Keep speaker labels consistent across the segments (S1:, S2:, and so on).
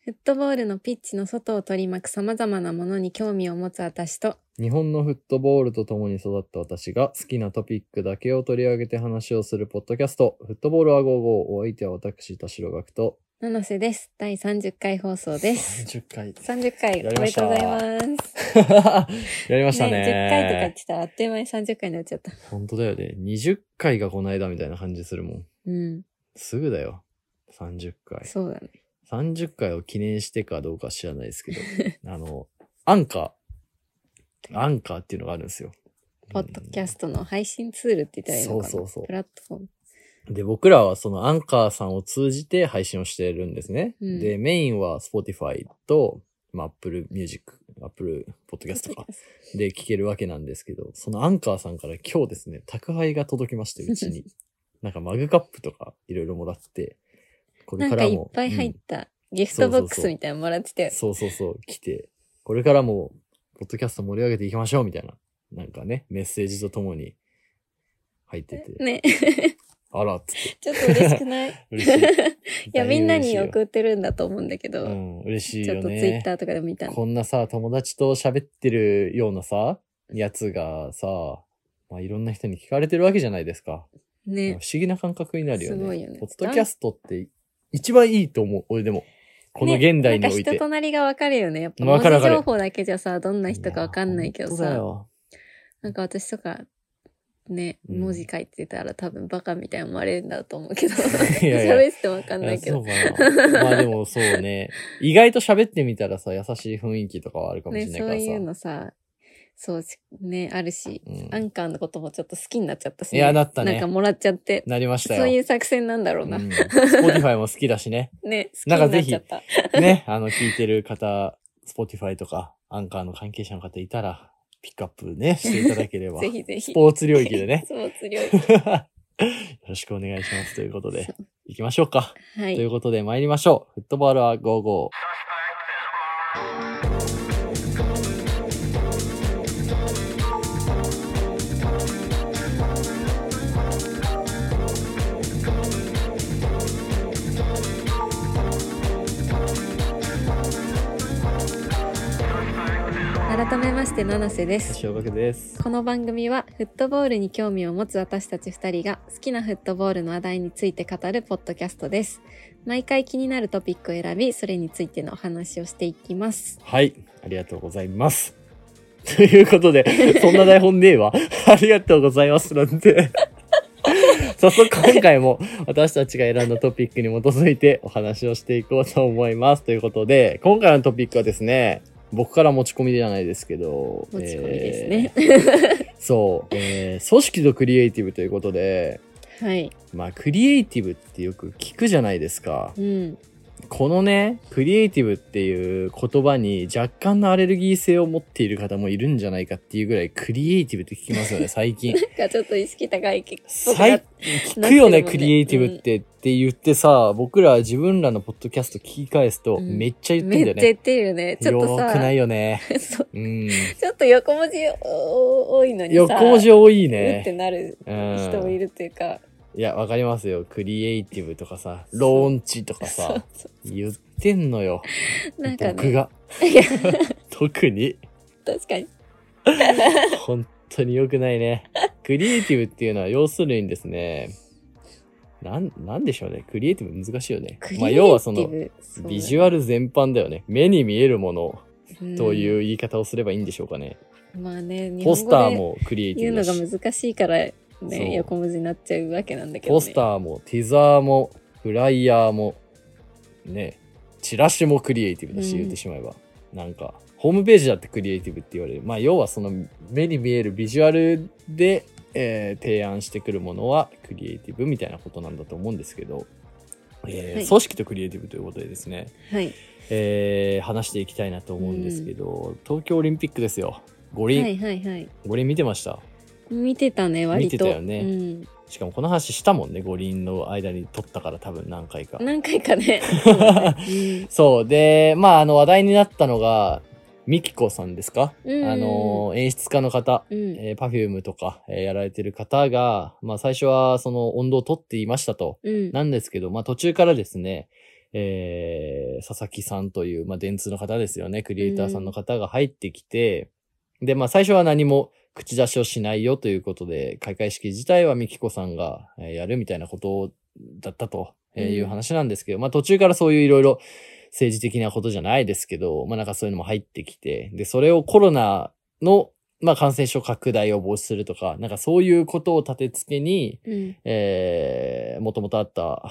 S1: フットボールのピッチの外を取り巻く様々なものに興味を持つ私と、
S2: 日本のフットボールと共に育った私が好きなトピックだけを取り上げて話をするポッドキャスト、フットボールは55お相手は私、田代学と、
S1: 七瀬です。第30回放送です。
S2: 10回。
S1: 30回、
S2: や
S1: おめ
S2: りま
S1: で
S2: した
S1: とうございます。
S2: やりましたね。
S1: 10回とか言ってたらあっという間に30回になっちゃった。
S2: 本当だよね。20回がこの間みたいな感じするもん。
S1: うん。
S2: すぐだよ。30回。
S1: そうだね。
S2: 30回を記念してかどうか知らないです けど、あの、アンカー。アンカーっていうのがあるんですよ。
S1: ポッドキャ
S2: スト
S1: ストの配信ツールって言ったらいいのかな。
S2: そうそうそう
S1: プラットフォーム。
S2: で、僕らはそのアンカーさんを通じて配信をしてるんですね。
S1: うん
S2: で、メインは Spotify と、まあ、Apple Music、Apple Podcast とかで聞けるわけなんですけど、そのアンカーさんから今日ですね、宅配が届きまして、う ちに。なんかマグカップとかいろいろもらって、こ
S1: なん
S2: れか
S1: からいっ
S2: も。
S1: ぱい入っ
S2: うん
S1: たギフトボックスみたいなのもらってたよ。
S2: そうそうそう、来て、これからも、ポッドキャスト盛り上げていきましょうみたいな、なんかね、メッセージとともに入ってて、
S1: ね。
S2: あらっつって、
S1: ちょっと嬉しくないい
S2: 嬉しい。
S1: や、みんなに
S2: 送
S1: 送ってるんだと思うんだけど、
S2: うん、嬉しい
S1: ちょ
S2: よ
S1: っとツイッ
S2: ね
S1: タ。ーとかで見たの。
S2: こんなさ、友達と喋ってるようなさ、やつがさ、まあ、いろんな人に聞かれてるわけじゃないですか。不
S1: ね
S2: 思。議な感覚になるよね。
S1: すごいよね
S2: ポッドキャストって一番いいと思う、俺でも。この
S1: ね
S2: 現代に
S1: な
S2: おい
S1: んか
S2: て。
S1: 人となりがわかるよね。やっぱ
S2: わ
S1: 文
S2: かるわ
S1: 字
S2: かる
S1: 情報だけじゃさ、どんな人かわかんないけど
S2: や本当だ
S1: さ、
S2: よ
S1: なんか私とか、ね、
S2: うん
S1: 文字書いてたら多分バカみたいに思われるんだと思うけど、
S2: いやいや
S1: 喋っててわかんないけど。
S2: あそうかな。まあでもそう ね。意外と喋ってみたらさ、優しい雰囲気とかはあるかも
S1: ね、
S2: しれない
S1: そ
S2: から
S1: う
S2: さ。
S1: いうのさ、そうし、ね、あるし、
S2: うん
S1: アンカーのこともちょっと好きになっちゃったし、
S2: いやなったね
S1: なんかもらっちゃって。
S2: なりましたよ。
S1: そういう作戦なんだろうな。
S2: うん。スポティファイも好きだしね。
S1: ね、好き
S2: な
S1: に
S2: んか
S1: な
S2: ぜ
S1: っ
S2: ひ
S1: ちゃった。
S2: ね、あの、聞いてる方、Spotify とか、アンカーの関係者の方いたら、ピックアップね、していただけれ ば。
S1: ぜひぜひ。
S2: スポーツ領域でね
S1: 。スポーツ領域。
S2: よろしくお願いします。ということで
S1: そ、
S2: 行きましょうか。
S1: は
S2: とい
S1: い。
S2: うことで、参りましょう。フットボールは55。
S1: 改めまして、七瀬です。
S2: 塩学です。
S1: この番組は、フットボールに興味を持つ私たち二人が、好きなフットボールの話題について語るポッドキャストです。毎回気になるトピックを選び、それについてのお話をしていきます。
S2: はい、ありがとうございます。ということで、そんな台本ねえわ。 ありがとうございます。なんて。早速今回も私たちが選んだトピックに基づいてお話をしていこうと思います。ということで、今回のトピックはですね、僕から持ち込みじゃないですけど、
S1: 持ち込みですね。
S2: えー。そう、えー組織とクリエイティブということで、
S1: はい。
S2: まあ、クリエイティブってよく聞くじゃないですか。
S1: うん。
S2: このねクリエイティブっていう言葉に若干のアレルギー性を持っている方もいるんじゃないかっていうぐらいクリエイティブって聞きますよね最 近
S1: なんかちょっと意識高い結
S2: 最
S1: な
S2: 聞くよね
S1: ってるもんね
S2: クリエイティブって、って言ってさ僕ら自分らのポッドキャスト聞き返すと
S1: うん
S2: めっちゃ言って
S1: め
S2: ん
S1: っ
S2: だ
S1: ちゃ言
S2: よ
S1: っ
S2: ね、
S1: てるよね。ちょっと
S2: よくな
S1: さ、
S2: いよね
S1: そう
S2: うん
S1: ちょっと横文字お多いのにさ、
S2: 横文字多いう
S1: っ
S2: ね
S1: てなる人もいるっていうか、
S2: いやわかりますよクリエイティブとかさローンチとか
S1: そう
S2: さ言ってんのよ
S1: そうなんか
S2: 僕
S1: ね、
S2: が特に
S1: 確かに。
S2: 本当に良くないね。クリエイティブっていうのは要するにですね、なん、なんでしょうね。クリエイティブ難しいよね。まあ要はその、ビジュ
S1: ア
S2: アル全般だよね。目に見えるもの
S1: ル
S2: と
S1: う
S2: いう言い方をすればいいんでしょうかね。
S1: ん。まあね、日本語で
S2: ポスターもクリエイテ
S1: 言
S2: ィ
S1: う
S2: ブ
S1: の
S2: だ
S1: が
S2: し、
S1: 難しいからね
S2: そう、
S1: 横文字になっちゃうわけなんだけど、ね。
S2: ポスターもティザーもフライヤーも、ね、チラシもクリエイティブだし、
S1: うん
S2: 言ってしまえば。なんか、ホームページだってクリエイティブって言われる。まあ要はその目に見えるビジュアルでえー提案してくるものはクリエイティブみたいなことなんだと思うんですけど、えー
S1: はい
S2: 組織とクリエイティブということでですね、
S1: はい。
S2: えー話していきたいなと思うんですけど、東京オリンピックですよ五輪、
S1: はいはいはい。
S2: 五輪見てました
S1: 見てたね、割と。
S2: 見てたよね
S1: うん
S2: しかもこの話したもんね五輪の間に撮ったから多分何回か、
S1: 何回か ね。そうだね
S2: そうでまああの話題になったのがミキコさんですか、
S1: うん
S2: あの演出家の方
S1: うんうん
S2: えー、Perfume とか、えーやられてる方が、まあ、最初はその音頭を取っていましたと。
S1: うん
S2: なんですけど、まあ、途中からですね、えー、佐々木さんという、まあ、電通の方ですよね、クリエイターさんの方が入ってきて、で、まあ、最初は何も口出しをしないよということで、開会式自体はみきこさんがえーやるみたいなことだったとえー
S1: うん
S2: いう話なんですけど、まあ、途中からそういういろいろ政治的なことじゃないですけど、まあ、なんかそういうのも入ってきて、で、それをコロナの、まあ、感染症拡大を防止するとか、なんかそういうことを立てつけに、
S1: うん。
S2: えー、もともとあった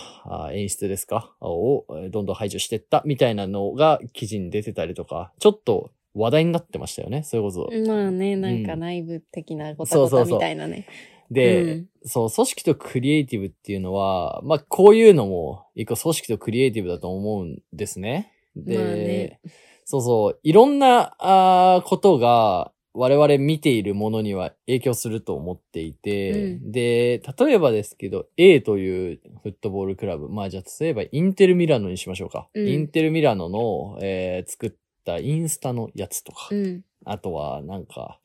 S2: あ演出ですかをえーどんどん排除してったみたいなのが記事に出てたりとか、ちょっと話題になってましたよね、それこそ。
S1: まあね、なんか
S2: うん
S1: 内部的なごた
S2: そ
S1: ご
S2: うそ
S1: た
S2: うそう
S1: みたいなね。
S2: で、
S1: うん
S2: そう、組織とクリエイティブっていうのは、まあこういうのも一個組織とクリエイティブだと思うんですね。で、
S1: まあね
S2: そうそう、いろんなあーことが我々見ているものには影響すると思っていて、
S1: う
S2: で、例えばですけど、A というフットボールクラブ、まあじゃあ例えばインテルミラノにしましょうか。
S1: うん
S2: インテルミラノの、えー作ったインスタのやつとか、
S1: うん。
S2: あとは、なんか、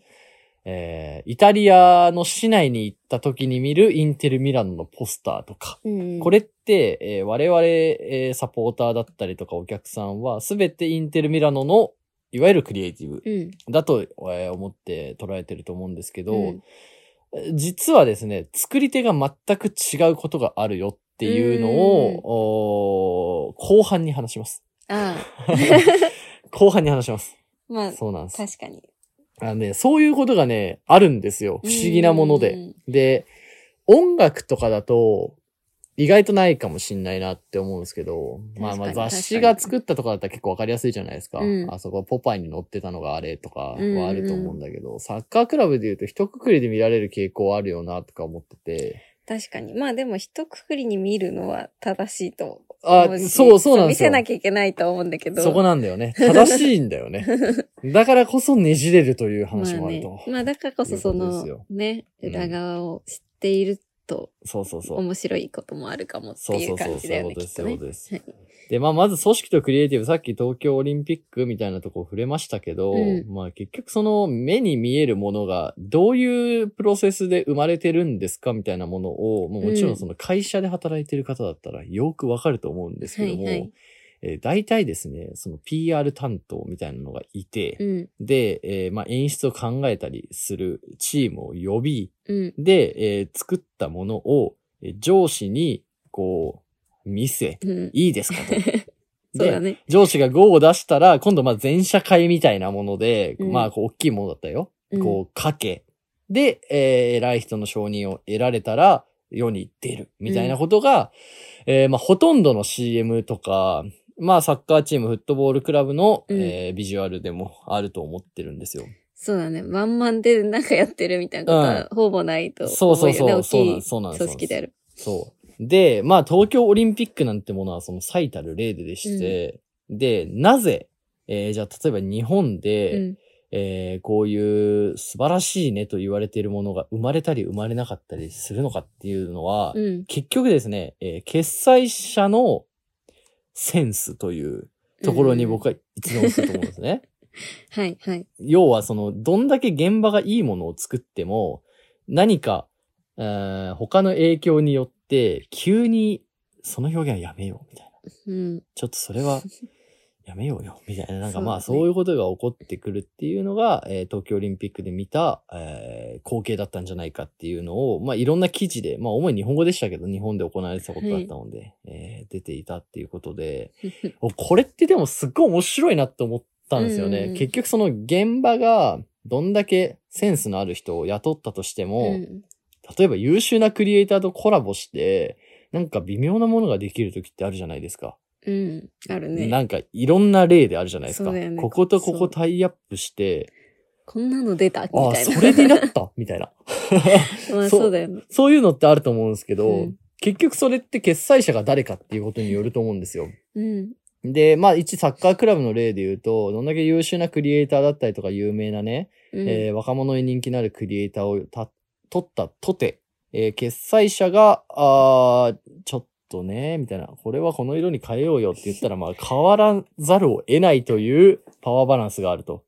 S2: えーイタリアの市内に行った時に見るインテルミラノのポスターとか。
S1: うん。
S2: これって、えー我々、えーサポーターだったりとかお客さんは、すべてインテルミラノの、いわゆるクリエイティブ
S1: うん。
S2: だと、えー思って捉えてると思うんですけど、
S1: うん
S2: 実はですね、作り手が全く違うことがあるよっていうの
S1: うん
S2: を、おー後半に話します。
S1: あ
S2: 後半に話します。
S1: あ。まあ、
S2: そうなんで
S1: 確
S2: す。
S1: かに。
S2: あのね、そういうことがね、あるんですよ。不思議なもの
S1: う
S2: で。
S1: ん。
S2: で、音楽とかだと、意外とないかもしんないなって思うんですけど、まあまあ
S1: 確かに
S2: 雑誌が作ったとかだったら結構わかりやすいじゃないですか。
S1: うん
S2: あそこポパイに載ってたのがあれとか
S1: うんうん
S2: はあると思うんだけど、サッカークラブで言うと一括りで見られる傾向あるよなとか思ってて。
S1: 確かに。まあでも、一括りに見るのは正しいと
S2: あ
S1: 思う、し
S2: そうそうなん
S1: 見
S2: です
S1: せ
S2: よ。
S1: なきゃいけないと思うんだけど。
S2: そこなんだよね。正しいんだ よね。だからこそねじれるという話もあると。
S1: まあね、まあだからこそそ
S2: いうことです
S1: の
S2: よ
S1: ね、
S2: うん
S1: 裏側を知っていると
S2: そうそうそう。
S1: 面白いこともあるかもって
S2: そう
S1: い
S2: そううそ
S1: 感
S2: う、
S1: じ
S2: そう
S1: だ
S2: い
S1: よ
S2: うこ
S1: ね、
S2: と
S1: き
S2: で
S1: っ
S2: す、そ
S1: と
S2: うい
S1: ね
S2: うこ。とです
S1: はい。
S2: で、まあ、まず組織とクリエイティブ、さっき東京オリンピックみたいなとこ触れましたけど、
S1: うん
S2: まあ結局その目に見えるものがどういうプロセスで生まれてるんですかみたいなものを、もうもちろんその会社で働いてる方だったらよくわかると思うんですけども、
S1: はいはい
S2: えー大体ですね、その PR 担当みたいなのがいて、
S1: うん、
S2: で、えーまあ演出を考えたりするチームを呼び、
S1: うん、
S2: で、えー作ったものをえー上司にこう見せ、
S1: うん。
S2: いいで すかと。
S1: そうだ
S2: で、
S1: ね。
S2: 上司が5を出したら、今度まあ全社会みたいなもので、
S1: うん
S2: まあこう大きいものだったよ。
S1: うん
S2: こうかけ。で、えー偉い人の承認を得られたら、世に出る。みたいなことが、えーまあほとんどの CM とか、まあサッカーチーム、フットボールクラブの、
S1: うん
S2: えービジュアルでもあると思ってるんですよ。
S1: そうだね。ワンマンでなんかやってるみたいなことはほぼないと
S2: そうそうそう
S1: 思よね
S2: そうなん
S1: 大きい
S2: そうなん
S1: 組織である。
S2: そう。で、まあ東京オリンピックなんてものはその最たる例ででして、で、なぜ、えーじゃあ例えば日本で、
S1: うん、
S2: えーこういう素晴らしいねと言われているものが生まれたり生まれなかったりするのかっていうのは、
S1: うん。
S2: 結局ですね、えー決済者のセンスというところに僕
S1: は。
S2: は一度すると思うんですね。
S1: はい、はい。
S2: 要はその、どんだけ現場がいいものを作っても、何か、えー他の影響によって、急にその表現はやめようみたいな。
S1: うん、
S2: ちょっとそれ はやめようよみたいな。なんかまあ
S1: そうね
S2: そういうことが起こってくるっていうのが、えー東京オリンピックで見た、えー光景だったんじゃないかっていうのを、まあいろんな記事で、まあ主に日本語でしたけど、日本で行われてたことだったので、えー出ていたっていうことで、おこれってでもすっごい面白いなって思ったんですよね。
S1: うんうんうん
S2: 結局その現場がどんだけセンスのある人を雇ったとして
S1: う
S2: も、
S1: ん
S2: 例えば優秀なクリエイターとコラボして、なんか微妙なものができる時ってあるじゃないですか。
S1: うん。あるね。
S2: なんかいろんな例であるじゃないです
S1: そ
S2: か。
S1: うだよね
S2: こことこ
S1: そ
S2: こ
S1: う
S2: タイアップして、
S1: こんなの出たみたい
S2: あ
S1: な。
S2: あ、それになったみたいな。
S1: まあそうだよね。
S2: そういうのってあると思うんですけど、
S1: うん
S2: 結局それって決済者が誰かっていうことによると思うんですよ。
S1: うん。
S2: で、まあ一サッカークラブの例で言うと、どんだけ優秀なクリエイターだったりとか有名なね、
S1: うん
S2: えー若者に人気のあるクリエイターをた取ったとて、えー決済者が、あーちょっとね、みたいな、これはこの色に変えようよって言ったら、まあ、変わらざるを得ないというパワーバランスがあると。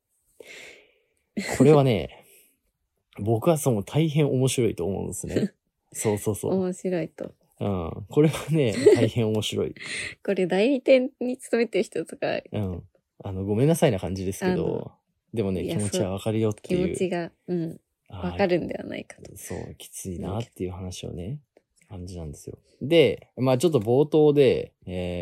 S2: これはね、 僕はその大変面白いと思うんですね。そうそうそう。
S1: 面白いと。
S2: うん。これはね、大変面白い。
S1: これ代理店に勤めてる人とか
S2: うん。あの、ごめんなさいな感じですけ
S1: あ
S2: ど、でもね、
S1: いや
S2: 気持ちはわかるよって
S1: 気
S2: いう。
S1: 持ちが、うん、
S2: は
S1: わ
S2: い
S1: かるんではないかと。
S2: そう、きついなっていう話をね、感じなんですよ。で、まあちょっと冒頭で、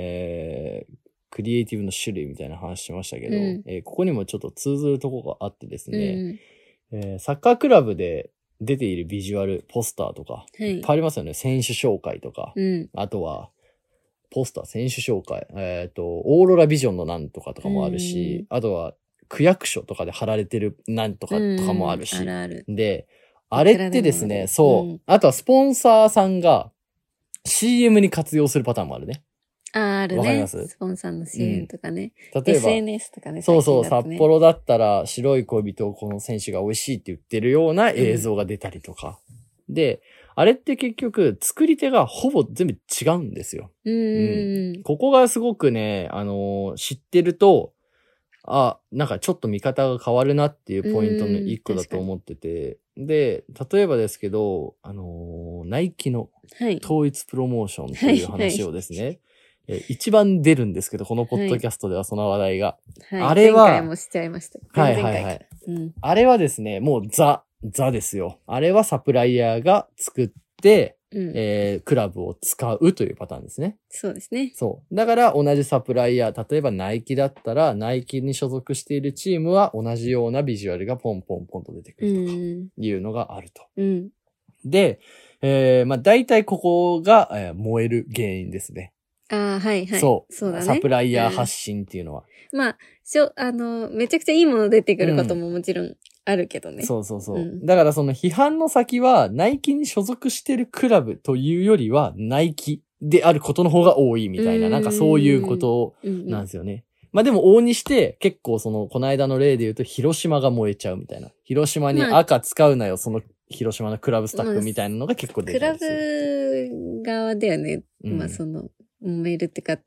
S2: えー、クリエイティブの種類みたいな話しましたけど、
S1: うん
S2: えーここにもちょっと通ずるとこがあってですね、
S1: うん
S2: えーサッカークラブで出ているビジュアル、ポスターとか、
S1: うん、はい
S2: っ
S1: い。
S2: ぱいありますよね。選手紹介とか、
S1: うん。
S2: あとは、ポスター、選手紹介、えっ、と、オーロラビジョンのなんとかとかもあるし、あとは、区役所とかで貼られてるなんとかとかもあるし、
S1: うんあるある。
S2: で、あれってですね、
S1: いくらでもあ
S2: そう、
S1: るうん
S2: あとはスポンサーさんが CM に活用するパターンもあるね。
S1: あー、あるね。
S2: わかります
S1: スポンサーの CM とかね。
S2: 例えば、
S1: SNS とかね。
S2: そうそう、
S1: 最近だと
S2: 札
S1: ね。
S2: 幌だったら白い恋人をこの選手が美味しいって言ってるような映像が出たりとか。で、あれって結局作り手がほぼ全部違うんですよ。
S1: うんうんうん。
S2: ここがすごくね、あのー知ってると、あ、なんかちょっと見方が変わるなっていうポイントの一個だと思ってて。で、例えばですけど、あのーナイキの
S1: はい。
S2: 統一プロモーションという話をですね、えー一番出るんですけど、このポッドキャストではその話題が。
S1: はい、
S2: あれは
S1: 前回もしちゃいました。
S2: はい
S1: 前
S2: は
S1: 々
S2: い
S1: 回
S2: は
S1: か
S2: い。
S1: うん。
S2: あれはですね、もうザ、ザですよ。あれはサプライヤーが作って、
S1: うん。
S2: えークラブを使うというパターンですね。
S1: そうですね。
S2: そう。だから同じサプライヤー、例えばナイキだったら、ナイキに所属しているチームは同じようなビジュアルがポンポンポンと出てく
S1: う
S2: るとか、
S1: ん。
S2: いうのがあると。
S1: うん。
S2: で、えー、まあ大体ここが、えー燃える原因ですね。
S1: ああ、はいはい。
S2: そう。
S1: そうだね。
S2: サプライヤー発信っていうのは。
S1: まあ、しょ、あの、めちゃくちゃいいもの出てくることももちろんあるけどね。
S2: そうそうそう、
S1: うん
S2: だからその批判の先は、ナイキに所属してるクラブというよりは、ナイキであることの方が多いみたいな、
S1: うん
S2: なんかそういうこと
S1: うんうん。
S2: なんですよね。まあでも、往にして、結構その、この間の例で言うと、広島が燃えちゃうみたいな。広島に
S1: まあ
S2: 赤使うなよ、その、広島のクラブスタッフみたいなのが結構
S1: ク
S2: 出て
S1: ラ
S2: るんですよ。
S1: ブ側だよね。
S2: うん
S1: まあ、その、揉めるってか、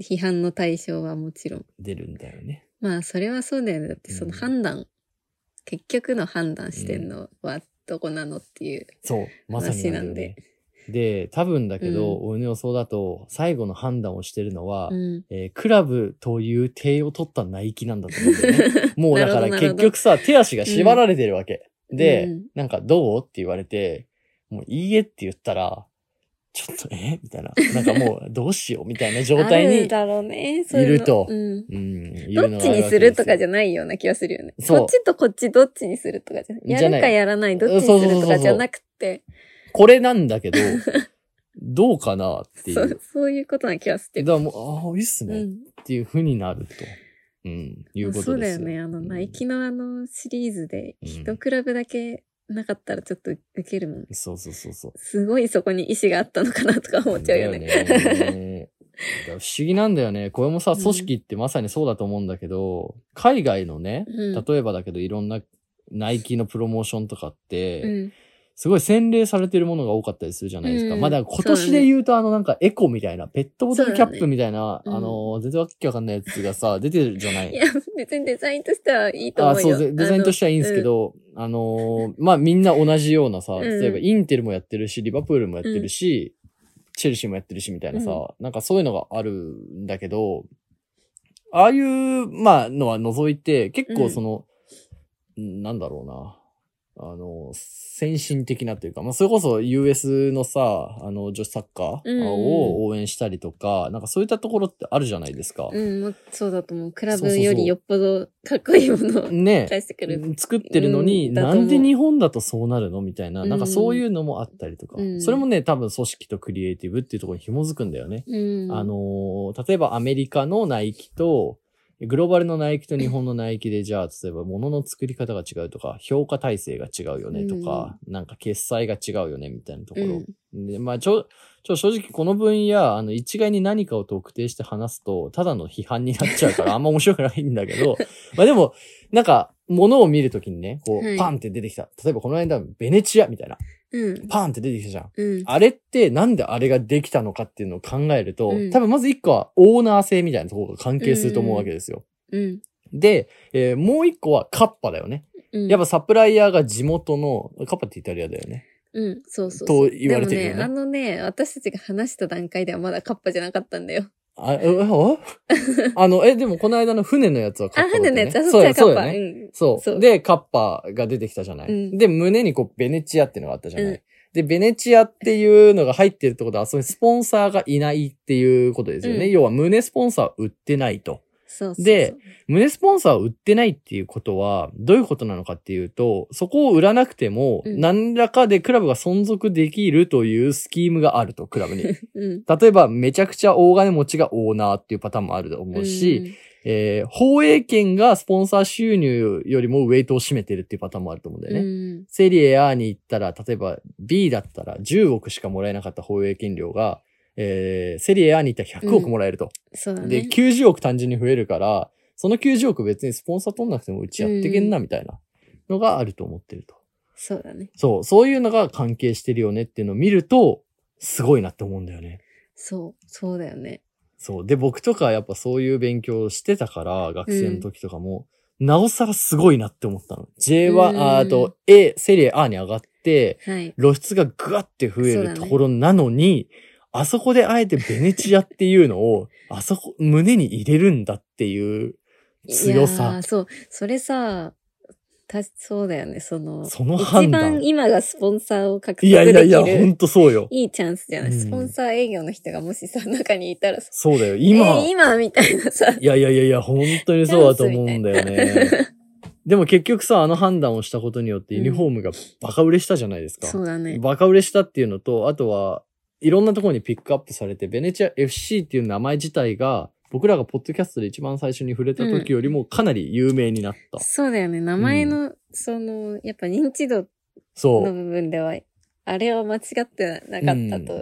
S1: 批判の対象はもちろん。
S2: 出るんだよね。
S1: まあ、それはそうだよね。だって、その
S2: うん
S1: 判断、結局の判断してんのはどこなのっていう。
S2: そう、まさになんだよね
S1: 話。
S2: で、多分だけど、
S1: う
S2: 俺の予想だと、最後の判断をしてるのは、
S1: うん。
S2: えークラブという体を取ったナイキなんだと思うんだよね。 もうだか
S1: な
S2: ら
S1: るほど
S2: 結局さ、手足が縛られてるわけ。
S1: うん
S2: で、
S1: うん
S2: なんかどうって言われて、もういいえって言ったら、ちょっとえみたいな。なんかもうどうしようみたいな状態
S1: あ
S2: に
S1: る、だろうね。そういうの
S2: いると
S1: うん。
S2: うん、い
S1: ど
S2: る
S1: っ
S2: の
S1: ち
S2: があ
S1: に
S2: わ
S1: す
S2: けで
S1: る
S2: よ
S1: とかじゃないような気がするよね。
S2: そう
S1: こっちとこっちどっちにするとかじゃない。
S2: じ
S1: や
S2: ゃな
S1: る
S2: い
S1: かやらないどっちにするとかじゃなくて、
S2: これなんだ けど、どうかなっていう。
S1: そ
S2: だ
S1: う、そういうことな気がして
S2: か
S1: る。
S2: らもう、ああ、いいっす
S1: う
S2: ね、っ
S1: ん。
S2: ていう風になると。うん、いうこ
S1: そ
S2: と
S1: うだ
S2: です
S1: よね。あの、ナイキのあのシリーズで、
S2: うん
S1: 一クラブだけなかったらちょっと受けるもん。
S2: うんそうそうそうそう。
S1: すごいそこに意志があったのかなとか思っちゃうよね。
S2: だよねだから不思議なんだよね。これもさ、
S1: うん
S2: 組織ってまさにそうだと思うんだけど、海外のね、
S1: うん
S2: 例えばだけどいろんなナイキのプロモーションとかって、
S1: うん。
S2: すごい洗礼されてるものが多かったりするじゃないですか。
S1: うん
S2: まあだから今年で言うと、あのなんかエコみたいな、ペットボトルキャップみたいな、
S1: そうだね
S2: あのー、全然わけわかんないやつがさ、出てるじゃない
S1: い。や、別にデザインとしてはいいと
S2: あ
S1: 思う
S2: そ
S1: よ。
S2: う、デデザインとしてはいいんですけど、あのーまあみんな同じようなさ、
S1: ん
S2: 例えばインテルもやってるし、リバプールもやってるし、チェルシーもやってるしみたいなさ、なんかそういうのがあるんだけど、ああいう、まあのは除いて、結構その、なんだろうな。あの、先進的なというか、まあ、それこそ US のさ、あの、女子サッカ
S1: うんう
S2: ー
S1: ん
S2: を応援したりとか、なんかそういったところってあるじゃないですか。
S1: うん、もうそうだと思う。クラ
S2: そうそ
S1: ブ
S2: うそう
S1: よりよっぽどかっこいいものを
S2: ね
S1: 出してくる。
S2: 作ってるのに、
S1: うんだと
S2: な
S1: 思うん
S2: で日本だとそうなるのみたいな、なんか
S1: うん
S2: そういうのもあったりとか、
S1: うん
S2: それもね、多分組織とクリエイティブっていうところに紐づくんだよね。
S1: うん。
S2: あの、ー例えばアメリカのナイキと、グローバルのナイキと日本のナイキで、じゃあ、例えば物の作り方が違うとか、評価体制が違うよねとか、なんか決済が違うよねみたいなとこ
S1: う
S2: ろ。
S1: ん。
S2: でまあ、ちょ、ちょ、正直この分野、あの、一概に何かを特定して話すと、ただの批判になっちゃ うから、あんま面白くないんだけど、まあでも、なんか、物を見るときにね、こ
S1: は
S2: う、
S1: い
S2: パンって出てきた。例えばこの間、ベネチアみたいな、
S1: うん。
S2: パンって出てきたじゃん。
S1: うん。
S2: あれって、なんであれができたのかっていうのを考えると、
S1: うん
S2: 多分まず一個はオーナー性みたいなところが関係すると思うわけですよ。
S1: うん。
S2: で、えーもう一個はカッパだよね。
S1: うん。
S2: やっぱサプライヤーが地元の、カッパってイタリアだよね。
S1: うん、そうそうそう。
S2: と言われてる
S1: でもね、あ
S2: よね。
S1: のね、私たちが話した段階ではまだカッパじゃなかったんだよ。
S2: あ、え、 おあの、え、でもこの間の船のやつはカ
S1: あ、
S2: ッパだっ
S1: 船
S2: たよ
S1: の
S2: ね。
S1: やつ、あ、そ
S2: そ
S1: っ
S2: う
S1: ちはカッ
S2: やそう
S1: パ。
S2: や
S1: う
S2: ね。
S1: ん。
S2: そう
S1: そう
S2: で、カッパが出てきたじゃな
S1: う
S2: い、
S1: ん
S2: で、胸にこう、ベネチアっていうのがあったじゃない、
S1: うん
S2: で、ベネチアっていうのが入ってるってことは、それスポンサーがいないっていうことですよね。
S1: うん
S2: 要は、胸スポンサーは売ってないと。
S1: そうそうそう。
S2: で胸スポンサーを売ってないっていうことは、どういうことなのかっていうと、そこを売らなくても、
S1: うん
S2: 何らかでクラブが存続できるというスキームがあると、クラブに。例
S1: うん。
S2: えば、めちゃくちゃ大金持ちがオーナーっていうパターンもあると思うし、えー放映権がスポンサー収入よりもウェイトを占めてるっていうパターンもあると思うんだ
S1: うん、
S2: よね。
S1: うん。
S2: セリエ A に行ったら、例えば B だったら10億しかもらえなかった放映権料が、えーセリエ A に行ったら100億もらえると。
S1: そうだ
S2: で、
S1: ね。
S2: 90億単純に増えるから、その90億別にスポンサー取んなくてもうちやってけんなみたいなのがあると思ってると。
S1: そうだね。
S2: そう、そういうのが関係してるよねっていうのを見ると、すごいなって思うんだよね。
S1: そう、そうだよね。
S2: そう。で、僕とかやっぱそういう勉強をしてたから、学生の時とかも、なおさらすごいなって思ったの。J1、
S1: うん
S2: ああと A、セリエ A に上がって、
S1: はい。
S2: 露出がグワって増え
S1: そうだね
S2: るところなのに、あそこであえてベネチアっていうの を、あそこ、胸に入れるんだっていう強
S1: いや
S2: さ
S1: ー。そう、それさ、たそうだよね、その、
S2: その判断
S1: 一番今がスポンサーを獲得で
S2: い
S1: き
S2: や
S1: る。
S2: いやいや、ほんとそうよ。
S1: いいチャンスじゃない、
S2: うん
S1: スポンサー営業の人がもしさ、中にいたらさ、
S2: そうだよ。今、
S1: えー今みたいなさ、
S2: いやいやいやいや、本当にそうだと思うんだよね。でも結局さ、あの判断をしたことによってユニフォームがバカ売れしたじゃないですか。
S1: そうだね。
S2: バカ売れしたっていうのと、あとは、いろんなところにピックアップされて、ベネチア FC っていう名前自体が、僕らがポッドキャストで一番最初に触れた時よりもかなり有名になった。
S1: そうだよね、名前の、その、やっぱ認知度
S2: そう。
S1: の部分では、あれは間違ってなかったと、
S2: うん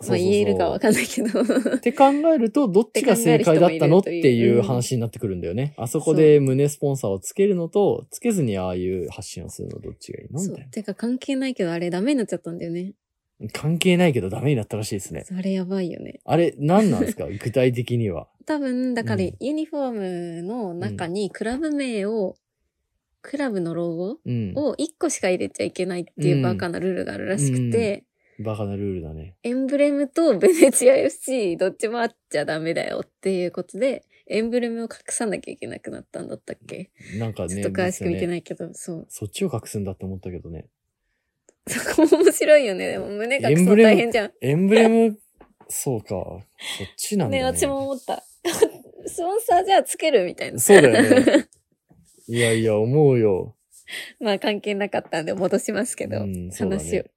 S1: ま
S2: そ
S1: あ
S2: うそうそう
S1: 言えるかわかんないけど。
S2: って考えると、どっちが正解だったのっていう話になってくるんだよね。あそこで胸スポンサーをつけるのと、つけずにああいう発信をするのどっちがいいのみ
S1: そ
S2: たいうな。。
S1: てか関係ないけど、あれダメになっちゃったんだよね。
S2: 関係ないけどダメになったらしいですね。
S1: それやばいよね。
S2: あれ、何なん ですか具体的には。
S1: 多分、だから
S2: うん
S1: ユニフォームの中にクラブ名を、クラブのロゴ
S2: うん。
S1: を1個しか入れちゃいけないっていうバカなルールがあるらしくて、
S2: バカなルールだね。
S1: エンブレムとベネチア FC どっちもあっちゃダメだよっていうことで、エンブレムを隠さなきゃいけなくなったんだったっけ、
S2: なんかね。
S1: ちょっと詳しく見て
S2: ですよね
S1: ないけど、そう。
S2: そっちを隠すんだって思ったけどね。
S1: そこも面白いよね。でも胸隠
S2: エ
S1: す
S2: ン
S1: の
S2: ブレム
S1: 大変じゃん。
S2: エンブ レム、そうか。そっちなんだ
S1: ね
S2: ね。
S1: 私も思った。 スポンサーじゃあつけるみたいな。
S2: そうだよ ね。いやいや、思うよ。
S1: まあ関係なかったんで戻しますけど、
S2: うんそうだね
S1: 話を。ちょっ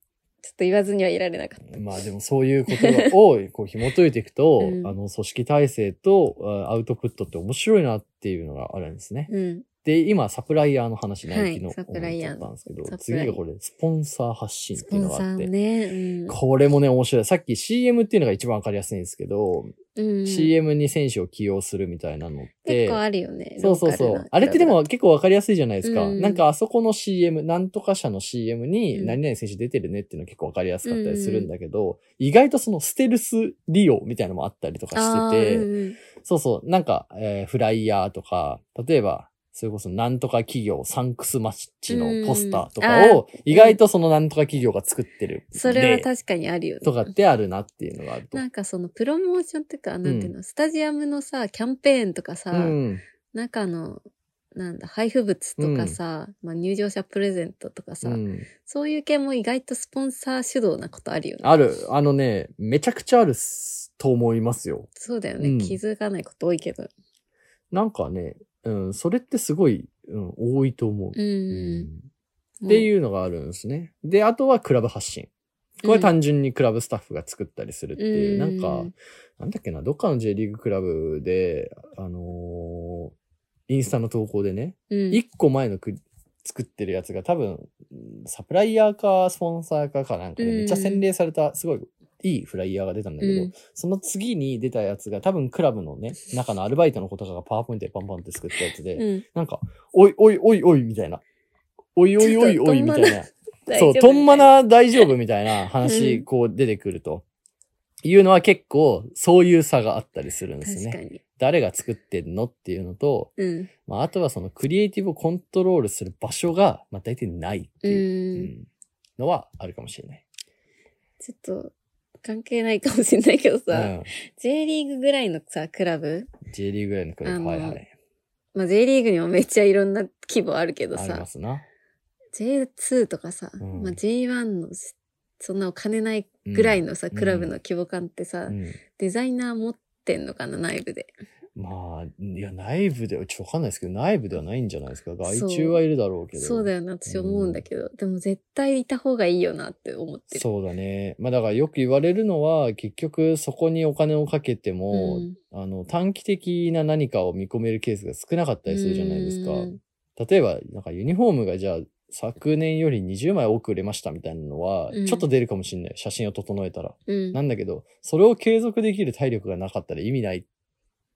S1: と言わずにはいられなかっ
S2: まあでもそういうことをこ う紐解いていくと、
S1: うん
S2: あの組織体制とあアウトプットって面白いなっていうのがあるんですね。
S1: た。うん。
S2: で、今サプライヤーの話、
S1: はい
S2: ナイキの
S1: サプライヤー
S2: 思いついた
S1: サ
S2: んですけど、
S1: プライ
S2: 次がこれ、スポンサー発信っ
S1: ス
S2: て
S1: ポ
S2: いう
S1: ン
S2: の
S1: サ
S2: があ
S1: ー
S2: って。
S1: ね。
S2: これもね、面白い。さっき CM っていうのが一番わかりやすいんですけど、
S1: うん。うん、
S2: CM に選手を起用するみたいなのって
S1: 結構、あるよね。
S2: そうそうそ
S1: ローカル
S2: う
S1: な。
S2: あれってでも結構わかりやすいじゃないですか。
S1: うん
S2: なんかあそこの CM、なんとか社の CM
S1: う
S2: に
S1: ん
S2: 何々選手出てるねっていうのは結構わかりやすかったりするんだけど、意外とそのステルス利用みたいなのもあったりとか
S1: あ
S2: して
S1: ー
S2: て、
S1: うんうん
S2: そうそう、なんか、えーフライヤーとか、例えば、それこそなんとか企業サンクスマッチのポスターとかを、意外とそのなんとか企業が作ってる。
S1: それは確かにあるよね。
S2: とかってあるなっていうのがあると。
S1: なんかそのプロモーションっていうか、なんていうの、スタジアムのさ、キャンペーンとかさ、
S2: うん。
S1: 中の、なんだ、配布物とかさ、まあ、入場者プレゼントとかさ、
S2: うん
S1: そういう系も意外とスポンサー主導なことあるよね。
S2: ある。あのね、めちゃくちゃあるっすと思いますよ。
S1: そうだよね、
S2: うん
S1: 気づかないこと多いけど。
S2: なんかね、うん、それってすごい、うん、多いと思う。
S1: うん。
S2: うんって
S1: う
S2: いうのがあるんですね。で、あとはクラブ発信。これは単純にクラブスタッフが作ったりするっていう、
S1: うん
S2: なんか、なんだっけな、どっかの J リーグクラブで、あのーインスタの投稿でね、
S1: ん、うん
S2: 一個前のく作ってるやつが多分、サプライヤーかスポンサーかかなんかで、
S1: うん
S2: めっちゃ洗礼された、すごいいいフライヤーが出たんだけど、
S1: うん
S2: その次に出たやつが多分クラブのね、中のアルバイトの子とかがパワーポイントでパンパンって作ったやつで、
S1: うん
S2: なんか、おいおいおいおいみたいな。おいおいおいおいみたいな。そう、とんま。
S1: 大丈夫みたい
S2: な大丈夫みたいな
S1: う
S2: 話、
S1: ん
S2: こう出てくると。いうのは結構、そういう差があったりするんです
S1: 確か
S2: ね。
S1: に。
S2: 誰が作ってんのっていうのと、
S1: うん。
S2: まあ、あとはそのクリエイティブをコントロールする場所が、まあ、大体ないって
S1: う。
S2: いう。うんんのはあるかもしれない。
S1: ちょっと、関係ないかもしれないけど
S2: う
S1: さ、J リーグぐらいのさ、クラブ、
S2: ん。J リーグぐらいのクラブ、
S1: あの
S2: はいはい。
S1: まあ、J リーグにもめっちゃいろんな規模あるけど
S2: ありま
S1: さ、
S2: すな。
S1: J2 とかさ、
S2: うん
S1: まあ、J1 のし、そんなお金ないぐらいのさ、
S2: うん
S1: クラブの規模感ってさ、
S2: うん。
S1: デザイナー持ってんのかな、内部で。
S2: まあ、いや、内部では、ちょっとわかんないですけど、内部ではないんじゃないですか。外注はいるだろうけど。
S1: そうだよな、私思うんだけど、でも絶対いた方がいいよなって思ってる。
S2: そうだね。まあだからよく言われるのは、結局そこにお金をかけて
S1: う
S2: も、
S1: ん
S2: あの、短期的な何かを見込めるケースが少なかったりするじゃないですか。
S1: うん
S2: 例えば、なんかユニフォームがじゃあ、昨年より20枚多く売れましたみたいなのは
S1: うん、
S2: ちょっと出るかもしれない。写真を整えたら。
S1: うん。
S2: なんだけど、それを継続できる体力がなかったら意味ないっ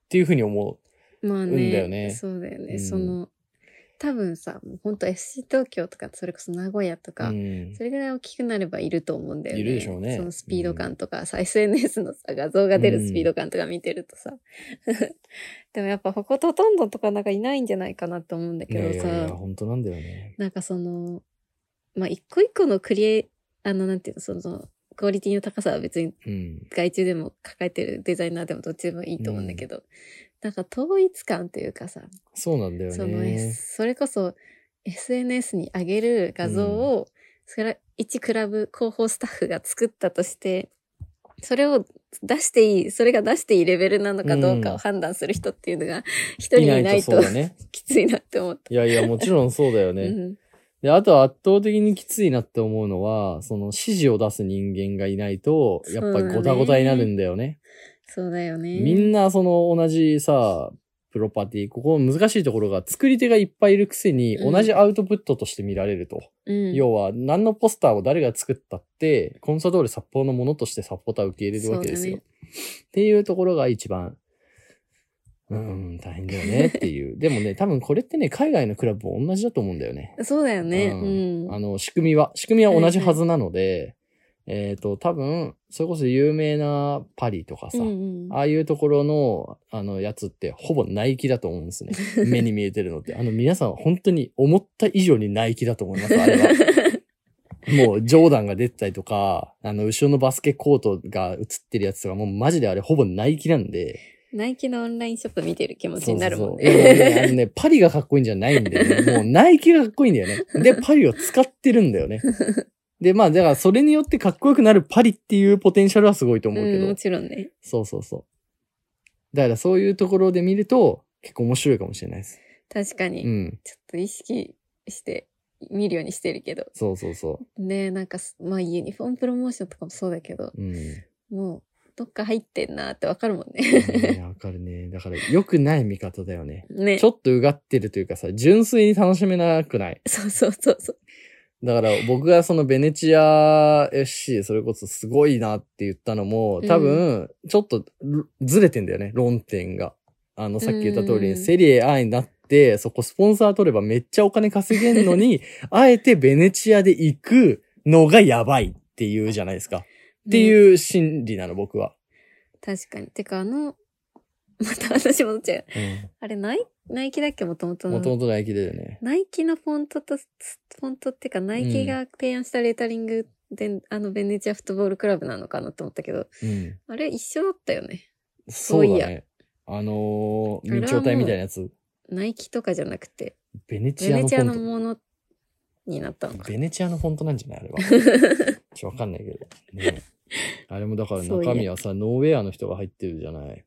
S2: ていうふうに思
S1: まあ
S2: 運だ
S1: ね
S2: よね
S1: そうだよね。
S2: うん
S1: その、多分さ、もうほんと FC 東京とか、それこそ名古屋と
S2: う。
S1: か、
S2: うん
S1: それぐらい大きくなればいると思うんだよね。
S2: いるでしょうね
S1: そのスピード感とか、さ SNS のさ、画像が出るスピード感とか見てるとさ。 でもやっぱ、ここほとんどとかなんかいないんじゃないかなと思うんだ
S2: い
S1: け
S2: や
S1: ど
S2: い
S1: さ、
S2: やいや、本当なんだよね。
S1: なんかその、まあ、一個一個のクリエイ、あの、なんていうの、その、クオリティの高さは別に
S2: うん。
S1: 外注でも抱えてるデザイナーでもどっちでもいいと思うんだけど、なんか統一感というかさ、
S2: そうなんだよね。
S1: その、S- それこそ SNS に上げる画像を、それ一クラブ広報スタッフが作ったとして、それを出していい、それが出していいレベルなのかどうか
S2: う
S1: を
S2: ん
S1: 判断する人っていうのが一人いないと
S2: そうだね。
S1: きついなって思った。
S2: いやいや、もちろんそうだよね。
S1: うん
S2: で、あとは圧倒的にきついなって思うのは、その指示を出す人間がいないと、やっぱごたごたになるんだよね。
S1: そうだよね。
S2: みんなその同じさ、プロパティ、ここ難しいところが作り手がいっぱいいるくせに、
S1: うん
S2: 同じアウトプットとして見られると。
S1: うん、
S2: 要は、何のポスターを誰が作ったって、コンサドーレ札幌のものとしてサポーターを受け入れるわけです
S1: そう
S2: よ。っていうところが一番、うん、大変だよねっていう。でもね、多分これってね、海外のクラブも同じだと思うんだよね。
S1: そうだよね。う
S2: うん
S1: ん。
S2: あの、仕組みは、仕組みは同じはずなので、えっ、と、多分、それこそ有名なパリとかさ、
S1: うんうん
S2: ああいうところの、あの、やつって、ほぼナイキだと思うん ですね。目に見えてるのって。あの、皆さん、本当に思った以上にナイキだと思います、あれ は。もう、ジョーダンが出てたりとか、あの、後ろのバスケコートが映ってるやつとか、もうマジであれ、ほぼナイキなんで。
S1: ナイキのオンラインショップ見てる気持ちになるもん
S2: そうそうそういやもう
S1: ね。
S2: ねあのね、 パリがかっこいいんじゃないんだよ ね。もうナイキがかっこいいんだよね。で、パリを使ってるんだよね。で、まあ、だからそれによってかっこよくなるパリっていうポテンシャルはすごいと思うけ
S1: う
S2: ど。
S1: ん、もちろんね。
S2: そうそうそう。だからそういうところで見ると結構面白いかもしれないです。
S1: 確かに、
S2: うん。
S1: ちょっと意識して見るようにしてるけど。
S2: そうそうそ
S1: ねなんかす、まあユニフォームプロモーションとかもそうだけど、
S2: う。うん。い
S1: もう、どっか入ってんなってわかるもんね。
S2: やわかるね。だから良くない見方だよね。
S1: ね。
S2: ちょっとうがってるというかさ、純粋に楽しめなくない。
S1: そうそうそうそう。
S2: だから僕がそのベネチア FC それこそすごいなって言ったのも多分ちょっとるずれてんだよね、論点が。あのさっき言った通り
S1: うん
S2: にセリエ A になってそこスポンサー取ればめっちゃお金稼げんの にあえてベネチアで行くのがやばいっていうじゃないですか。って
S1: ね
S2: いう心理なの僕は。
S1: 確かに。てかあの、 また私戻っちゃう。あれ、ナイナイキだっけもともと
S2: もと
S1: の。
S2: もとの駅だよね。
S1: ナイキのフォントと、フォントってか、ナイキが提案したレータリングで、あの、ベネチアフットボールクラブなのかなと思ったけど、
S2: うん。
S1: あれ一緒だったよね。そ
S2: そう
S1: うい
S2: だ
S1: や
S2: ね。あのー、
S1: あれはもう
S2: 明朝体みたいなやつ。
S1: ナイキとかじゃなくて、
S2: ベネチ
S1: ベ
S2: ア
S1: ネ
S2: の
S1: チア
S2: 本
S1: のものになったのか。
S2: ベネチアのフォントなんじゃない あれは。ちょっとわかんないけど。ね、あれもだから中身はさ、ノーウェアの人が入ってるじゃない。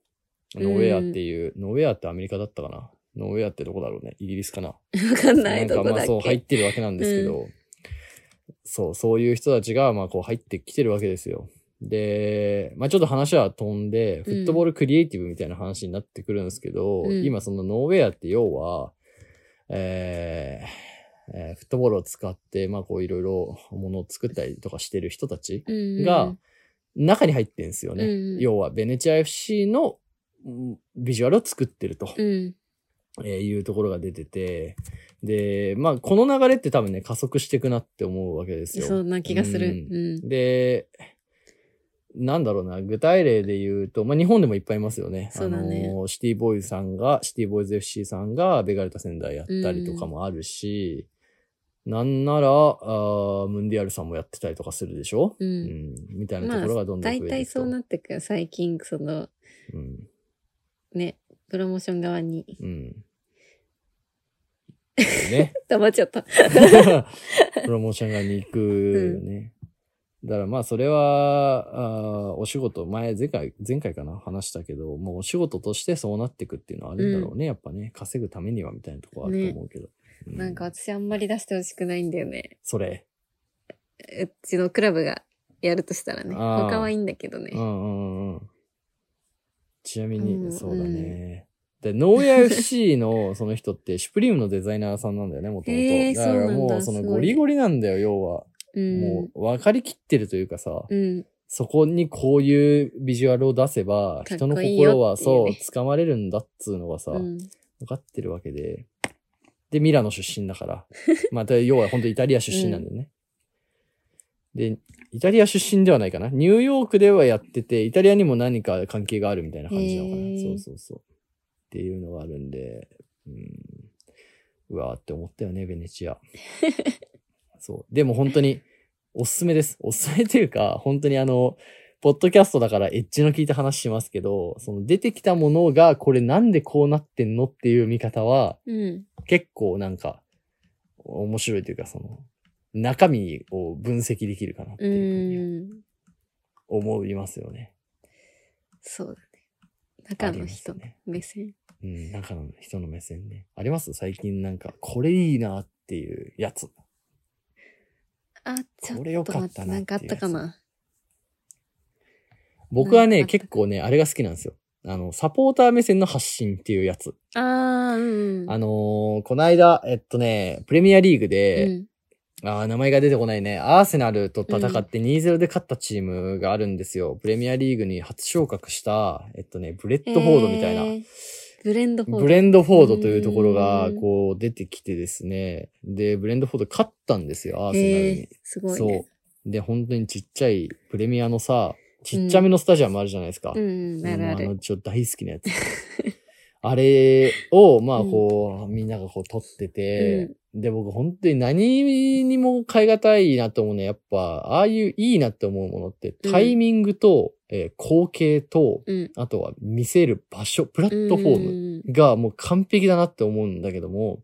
S2: ノーウェアっていう、ノーウェアってアメリカだったかな。ノーウェアってどこだろうね。イギリスかな。
S1: わかんない、
S2: んか
S1: どこ
S2: ま
S1: だ
S2: あ
S1: っ
S2: そう入っ
S1: け。
S2: てるわけなんですけど、そう、そういう人たちがまあこう入ってきてるわけですよ。で、まあちょっと話は飛んで、フットボールクリエイティブみたいな話になってくるんですけど、
S1: うん
S2: 今そのノーウェアって要は、えーえーフットボールを使って、まあこういろいろものを作ったりとかしてる人たち
S1: うん
S2: が、中に入ってるんですよね。
S1: うん
S2: 要はベネチア FC のうんビジュアルを作ってると。
S1: うん。
S2: えーいうところが出てて、で、まあ、この流れって多分ね、加速していくなって思うわけですよ。
S1: そんな気がする。
S2: うん
S1: うん。
S2: で、なんだろうな、具体例で言うと、まあ、日本でもいっぱいいますよね。
S1: そうだね
S2: あの、シティボーイズさんが、シティボーイズ FC さんが、ベガルタ仙台やったりとかもあるし、なんなら、あームンディアルさんもやってたりとかするでしょ、
S1: う。
S2: うんん、みたいなところがどんどん
S1: 大
S2: 増えて
S1: 体
S2: いく
S1: そ
S2: と。
S1: うなってくよ。最近、その、
S2: うん。
S1: ね、プロモーション側に。
S2: うん。ね。
S1: 黙っちゃった。
S2: プロモーション側に行くよね。だからまあそれは、あーお仕事、前、前回、前回かな話したけど、もうお仕事としてそうなっていくっていうのはあるんだろうね。やっぱね、稼ぐためにはみたいなところあると思うけど。う
S1: なんか、私あんまり出してほしくないんだよね。
S2: それ。
S1: うちのクラブがやるとしたらね。
S2: あー
S1: 他はいいんだけどね
S2: う。んうんうん。ちなみに、
S1: うん
S2: そうだね。で、ノーヤ FC のその人って、シュプリームのデザイナーさんなんだよね、もとも
S1: へー
S2: と。だから
S1: そうな
S2: も
S1: ん
S2: う、
S1: だ
S2: その
S1: すごい
S2: ゴリゴリなんだよ、要は。
S1: うん。
S2: もう、分かりきってるというかさ、
S1: うん。
S2: そこにこういうビジュアルを出せば、
S1: かっ
S2: 人の
S1: こいいよ
S2: 心は、
S1: っていう
S2: そう、
S1: ね
S2: 掴まれるんだっつうのがさ、
S1: うん。
S2: 分かってるわけで。で、ミラノ出身 だから。まあ、で要は本当イタリア出身なんだよね。で、イタリア出身ではないかな。ニューヨークではやってて、イタリアにも何か関係があるみたいな感じなのか
S1: へ
S2: な。
S1: ー
S2: そうそうそう。っていうのがあるんで、うん、うわーって思ったよね、ベ ネチア。そう。でも本当に、おすすめです。おすすめというか、本当にあの、ポッドキャストだからエッジの効いた話しますけど、その出てきたものがこれなんでこうなってんのっていう見方は
S1: うん。
S2: 結構なんか面白いというかその中身を分析できるかなっていうふうに
S1: うん。
S2: 思いますよね。
S1: そうだね。中の人
S2: あります
S1: の
S2: ね
S1: 目線。
S2: うん、中の人の目線ね。あります最近なんかこれいいなっていうやつ。
S1: あ、ちょ
S2: これ良
S1: っと
S2: か
S1: 待
S2: っ
S1: ったて、
S2: な
S1: な
S2: っ
S1: ん
S2: て
S1: かあ
S2: いう
S1: っ
S2: やつ
S1: たかな。
S2: 僕は
S1: な
S2: ね、
S1: んかあった
S2: 結構ね、あれが好きなんですよ。あの、サポーター目線の発信っていうやつ。
S1: あー、うんうん。
S2: あのーこの間、えっとね、プレミアリーグで、
S1: うん
S2: ああ、名前が出てこないね。アーセナルと戦って2-0で勝ったチームがあるんですよ。プレミアリーグに初昇格した、えっとね、ブレッドフォードみたいな。
S1: へーブレンドフォード。
S2: ブレンドフォードというところが
S1: うー、ん
S2: こう出てきてですね。で、ブレンドフォード勝ったんですよ、アーセナル
S1: へ
S2: に
S1: ー。すごいね。
S2: そう。で、本当にちっちゃいプレミアのさ、ちっちゃめのスタジアムあるじゃないですか。
S1: うんうん、あ
S2: うん
S1: るあ
S2: あの、
S1: る。
S2: ちょ、大好 きなやつ。あれを、まあ、こう、みんながこう、撮ってて、で、僕、本当に何にも変えがたいなと思うね。やっぱ、ああいういいなって思うものって、
S1: うん
S2: タイミングと、えー光景と、
S1: うん。
S2: あとは見せる場所、プラットフォーム
S1: ム。
S2: がもう完璧だなって思うんだけども、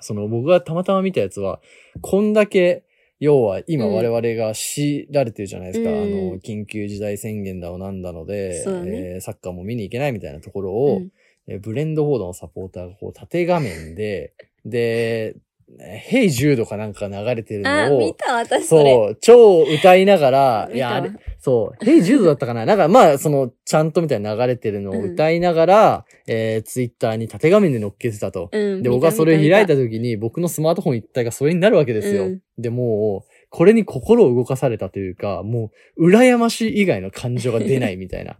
S2: その僕がたまたま見たやつは、こんだけ、要は今
S1: うん
S2: 我々が強いられてるじゃないですか。
S1: うん
S2: あの、緊急事態宣言だをなんだので、
S1: そうだね
S2: えーサッカーも見に行けないみたいなところを、
S1: うん
S2: えーブレンドフォードのサポーターがこう縦画 面で、で、ヘイ10度かなんか流れてる
S1: あ、
S2: の
S1: 見
S2: を、
S1: た、私それ。
S2: そう、超歌いながら、いや、あ
S1: 見
S2: れ
S1: た、
S2: そう、ヘイ10度だったかななんかまあ、その、ちゃんとみたいに流れてるのを歌いながら、えー、ツイッターに縦画面で載っけてたと。
S1: うん。
S2: で、僕はそれを開いた
S1: で
S2: 時に、僕のスマートフォン一体がそれになるわけですよ。
S1: うん
S2: で、もう、これに心を動かされたというか、もう、羨ましい以外の感情が出ないみたいな。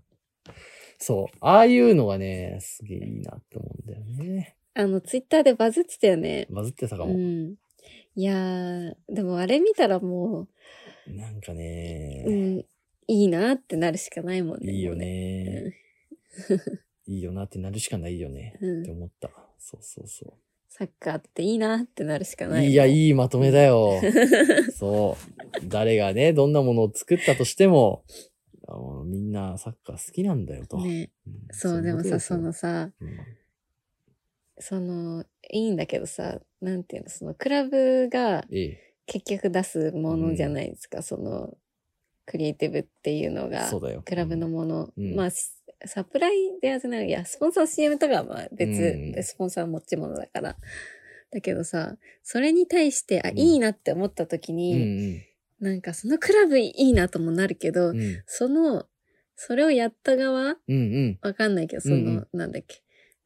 S2: そう。ああいうのがね、すげえいいなって思うんだよね。
S1: あの、ツイッターでバズってたよね。
S2: バズってたか
S1: う
S2: も。
S1: ん。いやー、でもあれ見たらも
S2: なんか
S1: う、う
S2: ね、
S1: ん、いいなってなるしかないもんね。
S2: いいよね。いいよなってなるしかないよね。
S1: もうね。う
S2: って
S1: ん。
S2: 思った。そうそうそ
S1: サッカーっていいなってなるしか
S2: う。
S1: ない。
S2: いや、いいまとめだよ。 そう。誰がね、どんなものを作ったとしても、あのみんなサッカー好きなんだよと。
S1: ね。
S2: ん
S1: そう、でもさ、そ、の
S2: う
S1: さ、
S2: いう
S1: その、いいんだけどさ、なんていうの、そのクラブが
S2: ことですようんええ
S1: 結局出すものじゃないですか、その、クリエイティブっていうのが、
S2: そうだよ。
S1: クラブのもの、
S2: うん
S1: まあ、しサプライではない、いや、スポンサー CM とかはまあ別、
S2: うん
S1: でスポンサー持ち物だから。だけどさ、それに対して、あ、
S2: うん
S1: いいなって思った時
S2: うん、う
S1: に、
S2: ん
S1: なんかそのクラブいいなともなるけど、
S2: うん。うん
S1: その、それをやった側、
S2: うん
S1: わかんないけど、その、
S2: うんうん
S1: なんだっけ、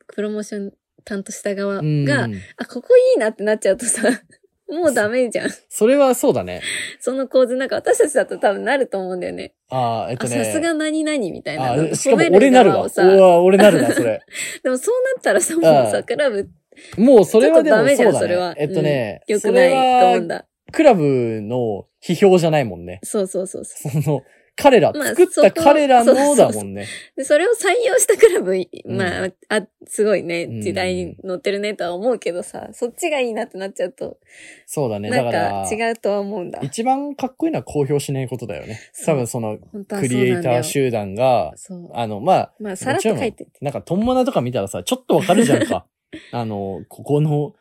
S1: プロモーション担当した
S2: う
S1: 側が、
S2: ん。うんうん、
S1: あ、ここいいなってなっちゃうとさ、 もうダメじゃん。
S2: それはそうだね。
S1: その構図なんか私たちだと多分なると思うんだよね。
S2: ああ、えっと
S1: あ、
S2: ね。
S1: さすが何々みたいな。なん
S2: あ、
S1: か
S2: しかも
S1: 褒め
S2: 俺なる
S1: 側
S2: わ。
S1: を
S2: う
S1: さ
S2: わ、俺なるな、それ。
S1: でもそうなったらさ、もう
S2: あ
S1: さ、クラブ、
S2: もうそれはで
S1: ちょ
S2: も
S1: っとダメじゃん
S2: そう
S1: それ
S2: だ
S1: は
S2: ね。えっとね、
S1: 良く
S2: そ
S1: ない
S2: れ
S1: と
S2: は
S1: 思うんだ。
S2: クラブの批評じゃないもんね。
S1: そうそうそうそ
S2: その、彼ら、
S1: まあ
S2: 作っ
S1: そ
S2: た
S1: こ
S2: 彼ら
S1: そうそ
S2: の
S1: うそう
S2: だもんね。
S1: で、それを採用したクラブ、まあ、あ、すごいね
S2: うん、
S1: 時代に乗ってるねとは思うけどさ、そっちがいいなってなっちゃうと、
S2: そうだね。
S1: な
S2: だ
S1: ん
S2: か、
S1: から違うとは思うんだ。
S2: 一番かっこいいのは公表しないことだよね。
S1: そう
S2: 多分その、
S1: 本当はそ
S2: ク
S1: うなんだ
S2: リエ
S1: よ
S2: イター集団が、
S1: そう。
S2: あの、まあ、
S1: まあ、さらっと書いて。
S2: なんか、トンマナとか見たらさ、ちょっとわかるじゃ んか。あの、ここの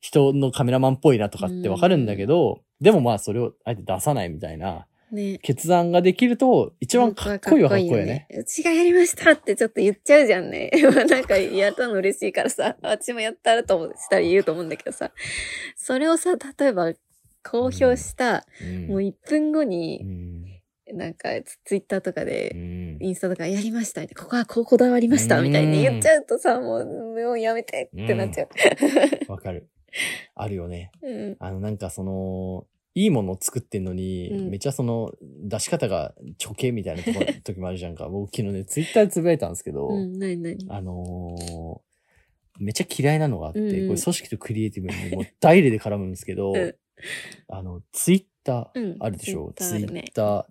S2: 人のカメラマンっぽいなとかってわかるんだけど、でもまあ、それをあえて出さないみたいな、
S1: ね。
S2: 決断ができると、一番かっこいいはかっこいいよね。。
S1: うちがやりましたってちょっと言っちゃうじゃんね。 まあなんかやったの嬉しいからさ、あっちもやったらと思したら言うと思うんだけどさ、それをさ、例えば公表した、
S2: うん
S1: もう1分後
S2: う
S1: に
S2: ん
S1: なんかツツイッターとかで
S2: うん
S1: インスタとかやりましたみたいな、ここはこうこだわりましたみたいに言っちゃうとさ、もう、もうやめてってなっちゃう。
S2: わかる。あるよね。
S1: うん。
S2: あの、なんかその、いいものを作ってんのに、
S1: うん
S2: めっちゃその、出し方がちょけみたいなとこ 時もあるじゃんか。僕昨日ね、ツイッターでつぶやいたんですけど、
S1: うん、なになに
S2: あのーめっちゃ嫌いなのがあって、
S1: うんうん
S2: これ組織とクリエイティブにもう大入れで絡むんですけど、
S1: うん
S2: あの、ツイッタ
S1: う
S2: ー
S1: ん
S2: あるでしょ、ツ
S1: Twitter
S2: イ
S1: あるね
S2: ッター、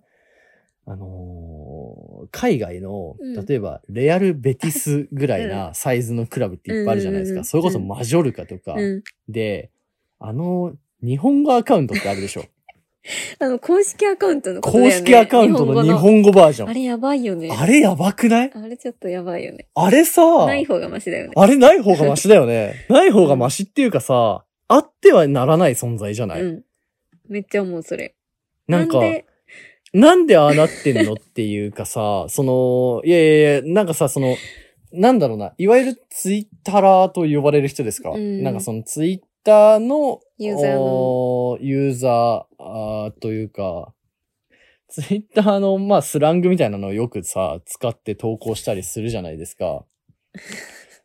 S2: あのー海外の
S1: うん、
S2: 例えば、レアル・ベティスぐらいなサイズのクラブっていっぱいあるじゃないです
S1: うんうんう
S2: か。
S1: ん
S2: それこそマジョルカとか、
S1: うん。
S2: で、あの、日本語アカウントってあるでしょ
S1: あの、公式アカウントのことだよ
S2: 公
S1: ね。
S2: 式アカウントの日
S1: 語
S2: 本語バージョ
S1: あ
S2: ン。
S1: れやばいよね。
S2: あれやばくない
S1: あれちょっとやばいよね。
S2: あれさ、
S1: ない方がマシだよね。
S2: あれない方がマシだよね。ない方がマシっていうかさ、あってはならない存在じゃない、
S1: うん。めっちゃ思う、それ。
S2: なんか、
S1: で
S2: なんでああなってんのっていうかさ、その、いやいやいや、なんかさ、その、なんだろうな、いわゆるツイッターと呼ばれる人ですか、
S1: うん
S2: なんかそのツイッターの、
S1: ユーザーの
S2: おーユーザーあーというか、ツイッターの、まあ、スラングみたいなのをよくさ、使って投稿したりするじゃないで すか。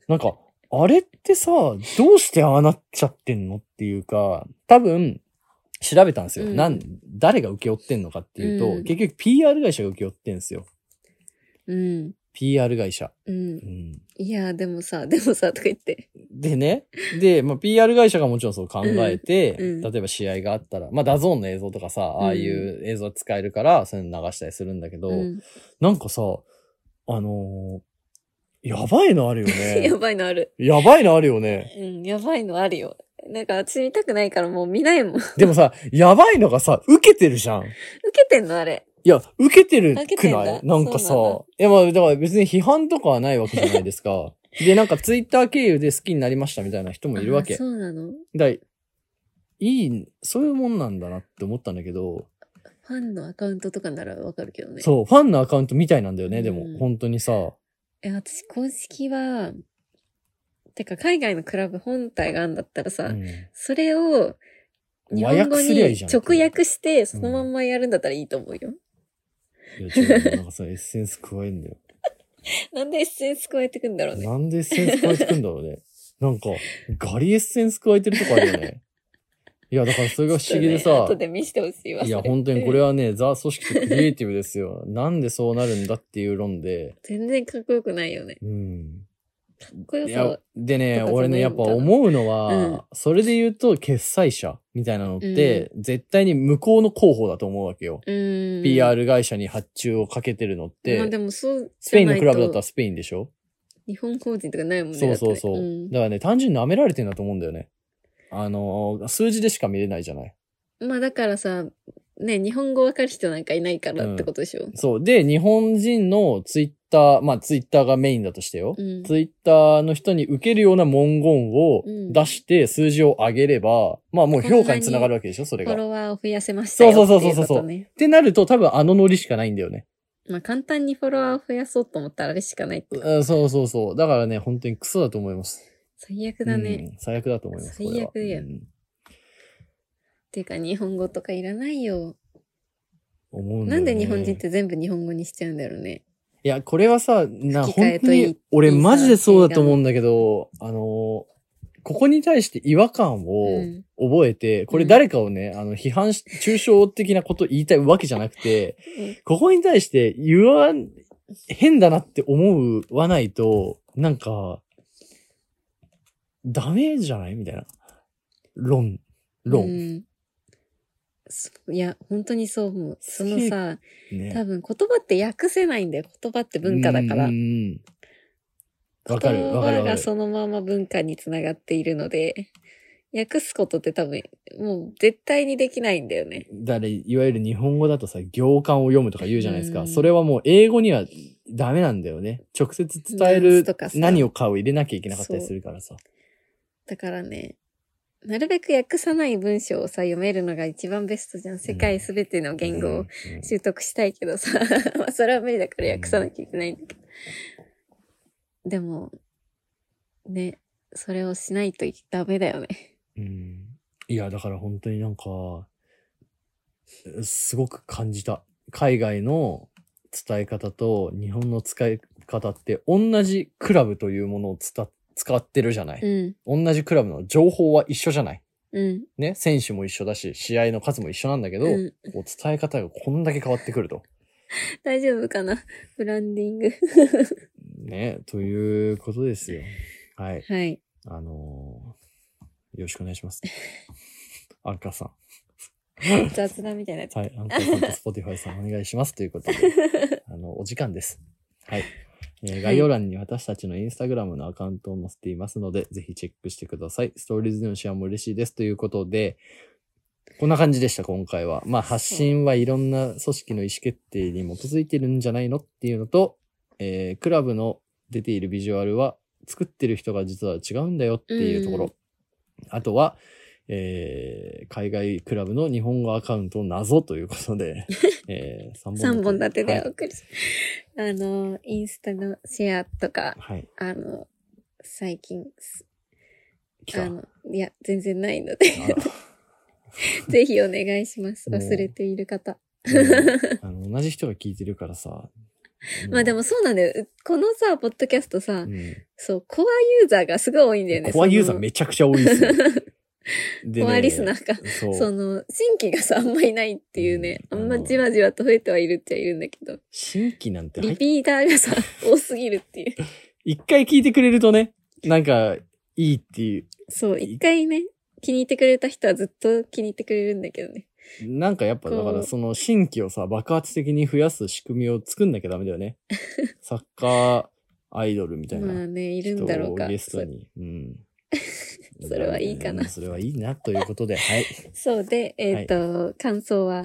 S2: なんか、あれってさ、どうしてああなっちゃってんのっていうか、多分、調べたんですよ。
S1: うん
S2: なん、誰が請け負ってんのかっていうと、
S1: うん
S2: 結局 PR 会社が請け負ってんですよ。
S1: うん。
S2: PR 会社。
S1: うん
S2: う。ん
S1: いや、でもさ、で もさ、とか言って。
S2: でね、で、まあ、PR 会社がもちろんそう考えて、
S1: うんうん
S2: 例えば試合があったら、まあ、ダゾーンの映像とかさ、ああいう映像は使えるから、そういうの流したりするんだけど、
S1: うん。
S2: なんかさ、あのーやばいのあるよね
S1: や。ばいのある。
S2: やばいのあるよね。
S1: うん、やばいのあるよ。なんか私見たくないからもう見ないもん。受
S2: でもさ、やばいのがさ、受けてるじゃん。
S1: けてんのあれ。
S2: いや、受けてる
S1: 受け
S2: く
S1: てん
S2: な
S1: だ
S2: いなんかさ、
S1: そうなんだ
S2: いやまあ、だから別に批判とかはないわけじゃないですか。で、なんかツイッター経由で好きになりましたみたいな人もいるわけ。
S1: あそうなの
S2: だいい、そういうもんなんだなって思ったんだけど、
S1: ファンのアカウントとかならわかるけどね。
S2: そう、ファンのアカウントみたいなんだよね、で
S1: うん
S2: も、本当にさ。
S1: え、私、公式は、てか、海外のクラブ本体があんだったらさ、
S2: うん
S1: それを、日
S2: 和
S1: 本語
S2: 訳すりゃいい
S1: に
S2: じゃん。
S1: 直訳して、そのまんまやるんだったらいいと思うよ。
S2: いや違うなんかさ、エッ センス加えんだよ。
S1: なんでエッセンス加えてくんだろうね。
S2: なんでエッセンス加えてくんだろうね。なんか、ガリエッセンス加えてるとこあるよね。いや、だからそれが不思議で
S1: ちょっ
S2: さ
S1: とね、後で見せてほしいわ。
S2: い
S1: そ
S2: や、
S1: れ
S2: 本当にこれはね、ザ・組織とクリエイティブですよ。なんでそうなるんだっていう論で。
S1: 全然かっこよくないよね。
S2: うん。
S1: かっこよ
S2: い
S1: さ
S2: や
S1: は、、
S2: でね、
S1: とかじゃない
S2: 俺ね、やっぱ思うのは、
S1: うん
S2: それで言うと、決裁者みたいなのって、絶対に向こうの候補だと思うわけよ。
S1: うーん。。
S2: PR 会社に発注をかけてるのっ
S1: まあ
S2: て、
S1: でもそうじ
S2: スペイ
S1: ゃ
S2: ン
S1: な
S2: の
S1: いと、
S2: クラブだったらスペインでしょ
S1: 日本法人とかないもんね。
S2: そうそうそう。
S1: だってね
S2: だからね、単純に舐められてんだと思うんだよね。あのー、数字でしか見れないじゃない。
S1: うんまあだからさ、ね、日本語わかる人なんかいないからってことでしょ。
S2: そう。で、日本人のツイッター、まあツイッターがメインだとしてよ。
S1: うん
S2: ツイッターの人に受けるような文言を
S1: うん
S2: 出して数字を上げれば、まあもう評価につながるわけでしょ、それ
S1: フ
S2: が。
S1: ォ
S2: っ
S1: ロワーを増やせましたよってい
S2: そうう
S1: こと、ね。
S2: そうそうそうそうてなると多分あのノリしかないんだよね。
S1: まあ簡単にフォロワーを増やそうと思ったらあれしかないっていうか
S2: うん、そうそうそう。だからね、本当にクソだと思います。
S1: 最悪だね。っ
S2: うん、最悪だと思います。これは
S1: 最悪だよ
S2: うん
S1: ていうか日本語とかいらないよ。
S2: 思うんだ
S1: な
S2: よ
S1: ん
S2: ね
S1: で日本人って全部日本語にしちゃうんだろうね。
S2: いや、これはさ、な、
S1: 吹き替え
S2: 本当
S1: といい
S2: に、俺
S1: いいさ
S2: マジでそうだと思うんだけど、あのー、ここに対して違和感を
S1: うん
S2: 覚えて、これ誰かをね、あの、批判し、抽象的なこと言いたいわけじゃなくて、
S1: うん
S2: ここに対して言わん、変だなって思わないと、なんか、ダメじゃないみたいな。論、
S1: う
S2: 論。
S1: んそいや、本当にそう思う。そのさ、
S2: ね
S1: 多分言葉って訳せないんだよ。言葉って文化だから。
S2: うんう
S1: 言
S2: んうんわかる、わか
S1: 葉
S2: るわか
S1: が
S2: る。
S1: そのまま文化につながっているので、訳すことって多分、もう絶対にできないんだよね。
S2: だからいわゆる日本語だとさ、行間を読むとか言うじゃないです
S1: う
S2: か。
S1: ん
S2: それはもう英語にはダメなんだよね。直接伝え
S1: ニュアン
S2: る
S1: スとかさ
S2: 何をかを入れなきゃいけなかったりするからさ。
S1: だからね、なるべく訳さない文章をさ、読めるのが一番ベストじゃん。世界すべての言語
S2: うんう
S1: を
S2: ん
S1: 習得したいけどさ、 まあそれは無理だから訳さなきゃいけないんだけど。でも、ね、それをしないとダメだよね。
S2: うん。いや、だから本当になんか、すごく感じた。海外の伝え方と日本の使い方って同じクラブというものをつた使ってるじゃない、
S1: うん、
S2: 同じクラブの情報は一緒じゃない
S1: うん、
S2: ね、選手も一緒だし、試合の数も一緒なんだけど、
S1: うん。
S2: こう伝え方がこんだけ変わってくると。
S1: 大丈夫かなブランディング。
S2: ね、ということですよ。はい。
S1: はい。
S2: あのーよろしくお願いします。アンカーさん。
S1: 雑談みたいなや つ。
S2: はい、アンカーさんと Spotify さんお願いしますということ で、あの、お時間です。はい。えー概要欄に私たちのインスタグラムのアカウントを載せていますので、ぜひチェックしてください。ストーリーズでのシェアも嬉しいですということで、こんな感じでした、今回は。まあ、発信はいろんな組織の意思決定に基づいてるんじゃないのっていうのと、えークラブの出ているビジュアルは作ってる人が実は違うんだよっていうところ。
S1: うん
S2: あとは、えー海外クラブの日本語アカウントを謎というこ とで、え3本
S1: 3本立てで
S2: は
S1: お
S2: い
S1: 送りし、あの、インスタのシェアとか、
S2: はい。
S1: あの、最近、
S2: 来た。
S1: あ
S2: あ
S1: の、いや、全然ないので、 ぜひお願いします。
S2: もう
S1: 忘れている方。
S2: あの同じ人が聞いてるからさ。
S1: まあでもそうなんだよ。このさ、ポッドキャストさ
S2: う、ん、
S1: そう、コアユーザーがすごい多いんだよね。
S2: コアユーザー
S1: その
S2: めちゃくちゃ多いで すよ。でね
S1: コアリスナーか。
S2: そう
S1: その、新規がさ、あんまいないっていうね。あ
S2: うん
S1: ん
S2: あ
S1: ま
S2: の
S1: じわじわと増えてはいるっちゃいるんだけど、
S2: 新規なんて入
S1: リ
S2: っ
S1: ピーターがさ、多すぎるっ ていう。
S2: 一回聞いてくれるとね、なんか、いいっていう、
S1: そう、一回ね、気に入ってくれた人はずっと気に入ってくれるんだけどね。
S2: なんかやっぱ
S1: こう
S2: だからその新規をさ、爆発的に増やす仕組みを作んなきゃダメだ よね。サッカーアイドルみたい
S1: まあ
S2: な
S1: ね、いる
S2: 人
S1: んだろう
S2: を
S1: か。
S2: ゲストに。うん。
S1: それはいいかな
S2: うんそれはいいなということで、はい。
S1: そうそうで、えっ、と、感想は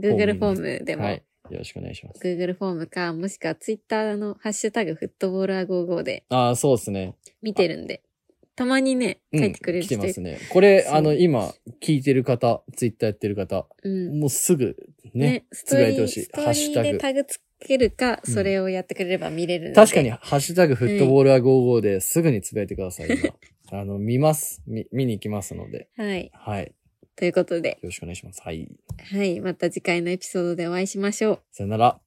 S1: Google フォームでも、
S2: はい。よろしくお願いします。
S1: Google フォームか、もしくは Twitter のハッシュタグフットボールア55で
S2: ああ、そうですね。
S1: 見てるんで、たまにね、
S2: うん
S1: 書いてくれる
S2: 来て
S1: 人
S2: ま
S1: い
S2: す
S1: る。
S2: ね。これ、
S1: そう
S2: あの、今、聞いてる方、ツイッターやってる方、
S1: うん。
S2: もうすぐね、
S1: ス
S2: つ
S1: ト
S2: ぶ
S1: ー
S2: や
S1: リ
S2: いてほ
S1: ー、
S2: しい
S1: スト。
S2: ハ
S1: ー
S2: ッシ
S1: リー
S2: ュタ
S1: で
S2: グ。
S1: タグつけるか、
S2: うん
S1: それをやってくれれば見れるので。
S2: 確かに、。ハッシュタグフットボールは55ですぐにつぶやいてください。今あの、見ます。見、見に行きますので。
S1: はい。
S2: はい。よ
S1: ということで、
S2: ろしくお願いします。はい。
S1: はい。また次回のエピソードでお会いしましょう。
S2: さよなら。